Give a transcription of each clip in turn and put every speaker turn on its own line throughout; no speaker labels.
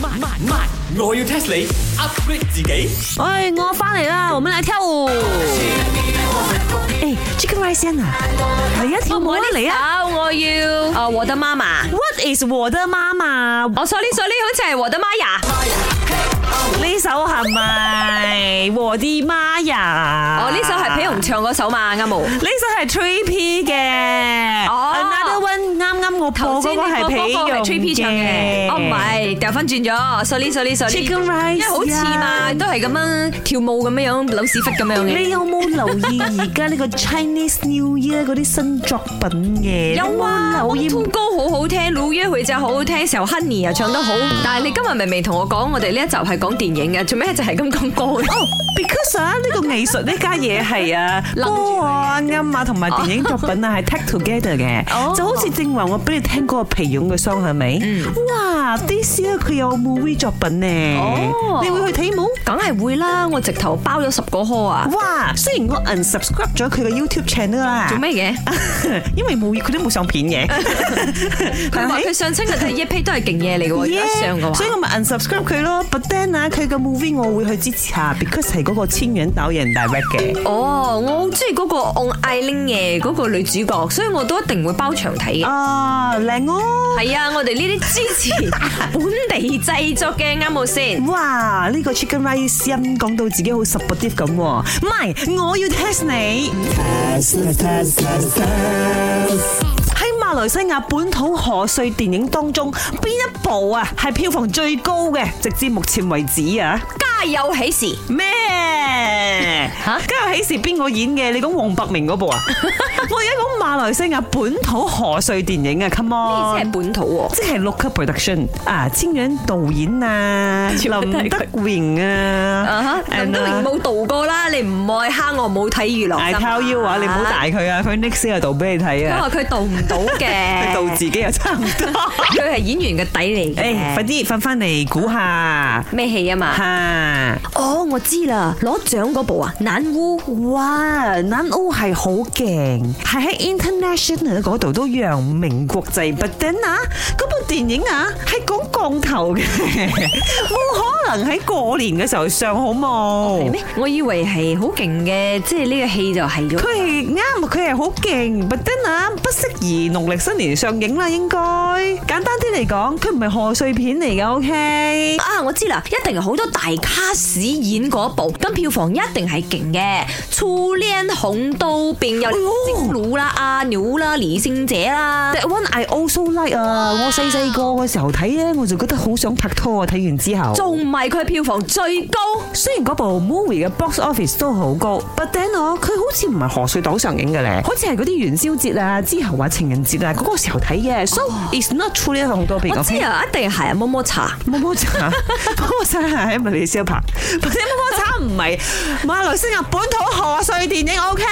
慢慢慢，我要 test 你 upgrade 自己。
哎，我翻嚟啦，我们來跳舞。
哎，Chicken Rice 先啊，嚟啊，跳舞啊，嚟啊哦
啊，我要啊，我的媽媽。
！What is 我的媽媽？
哦，sorry sorry，好似係我的媽呀。
呢首係咪我的媽呀？
哦，呢首係皮熊唱嗰首嘛，啱冇。
呢首係 Three P 嘅
哦
，Another One 啱啱我播嗰個係皮
嗰個係 Three P 唱嘅，哦唔係，掉翻轉咗，sorry sorry sorry，
Chicken rice
因為好似嘛，都係咁樣跳舞咁樣樣，扭屎忽咁樣嘅。
你有冇留意而家呢個 Chinese New Year 嗰啲新作品嘅？
有
你
啊，
冇留意
通歌好好聽，老爺佢就好好聽，時候 Honey 又唱得好。
啊
但係你今日明明同我講，我哋呢一集係講電影嘅，做咩就係咁講歌嘅？
Oh, Because 啊，呢個藝術呢家嘢係 啊，歌啊、音啊同埋電影作品啊係 tag together
哦
嘅，就好似正話我俾你聽嗰個皮勇嘅 song 係咪？哇！This year 佢有 movie 作品呢，
哦
你會去睇冇？
梗係會啦，我直頭包咗十個殼啊！
哇！雖然我 unsubscribe 咗佢嘅 YouTube channel 啦，
做咩嘅？
因為冇佢都冇上片嘅，
佢話佢上親嘅第一批都係勁嘢嚟嘅喎，如果
Yeah，
上嘅話
所以。我咪 unsubscribe 佢咯。But then 啊，佢嘅 movie 我會去支持下，because 係嗰個千元導演 direct 嘅。
哦，我好中意嗰個 On Eileen 嘅嗰個女主角，所以我都一定會包場睇嘅。
啊，靚哦！
係啊，我哋呢啲支 持本地製作嘅啱冇先？
哇！呢、個 Chicken Rice 音講到自己好 supportive 咁喎，唔係，我要 test 你。喺馬來西亞本土賀歲電影當中，邊一部啊係票房最高嘅？直至目前為止啊，
家有喜事，
咩？
吓
家有喜事邊個演嘅？你講黃百鳴嗰 部啊？我而家講馬來西亞本土賀歲電影啊，come
呢
on！
先係本土喎。
即係六級 production 啊，千人導演啊，林德榮啊
啊哈，林德榮冇導過啦，你唔愛蝦我冇睇娛樂
大
新聞
靠腰啊，你唔好大。佢啊，佢 next 又導俾你睇
因為
啊，
佢導唔到
佢
嘅，
導自己又差唔 多。
佢係演員嘅底嚟嘅。
誒，快啲瞓翻嚟估下
咩戲啊嘛？
嚇。
哦，我知啦，攞獎嗰部啊，《難烏》。
哇！南歐係好勁，係喺 international 嗰度都揚名國際。But then 啊，嗰部電影啊係講降頭嘅， 冇可能喺過年嘅時候上好冇。
咩？我以為係好勁嘅，即係呢個戲就係咗。
佢係啱，佢係好勁，but then 啊，不適宜農曆新年上映啦，應該簡單啲嚟講，佢唔係賀歲片嚟嘅，OK？
啊，我知啦，一定係好多大卡士演嗰部，咁票房一定係勁嘅。初戀紅都便
哎
有精魯啦、阿牛啦、李聖姐啦
That one I also like 啊！我細細個嘅時候睇咧，我就覺得好想拍拖啊！睇完之後，
仲唔係佢票房最高？
雖然嗰部 movie 嘅 box office 都好高，but then 我佢好似唔係賀歲檔上映嘅咧，好似係嗰啲元宵節啊、之後啊、情人節啊嗰個時候睇嘅，so it's not true 呢好多片。
我知
OK？
啊，一定係啊，摸摸茶。
摸摸 茶，摸摸茶哎係咪你先拍？ 或者摸摸茶唔係馬來西亞本土賀歲電影 OK？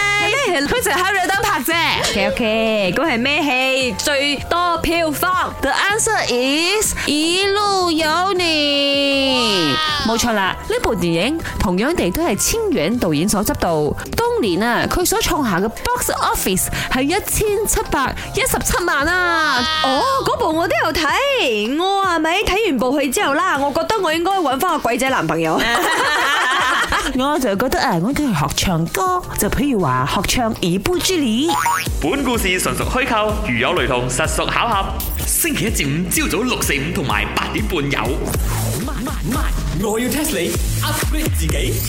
咩
佢就係喺度登拍啫。
OK OK，咁係咩戲最多票房？
The answer is 一路有你，冇錯啦。呢部電影同樣地都係千元導演所執導，當年啊佢所創下嘅 box office 係一千七百一十七萬啊！
哦，嗰部我都有睇，我係咪睇完部戲之後啦？我覺得我應該揾翻個鬼仔男朋友。
我就覺得啊，我哋去學唱歌，就譬如話學唱《以不之里》。
本故事純屬虛構，如有雷同，實屬巧合。
星期一至五朝早六四五同埋八點半有。慢慢慢，我要 test 你 upgrade 自己。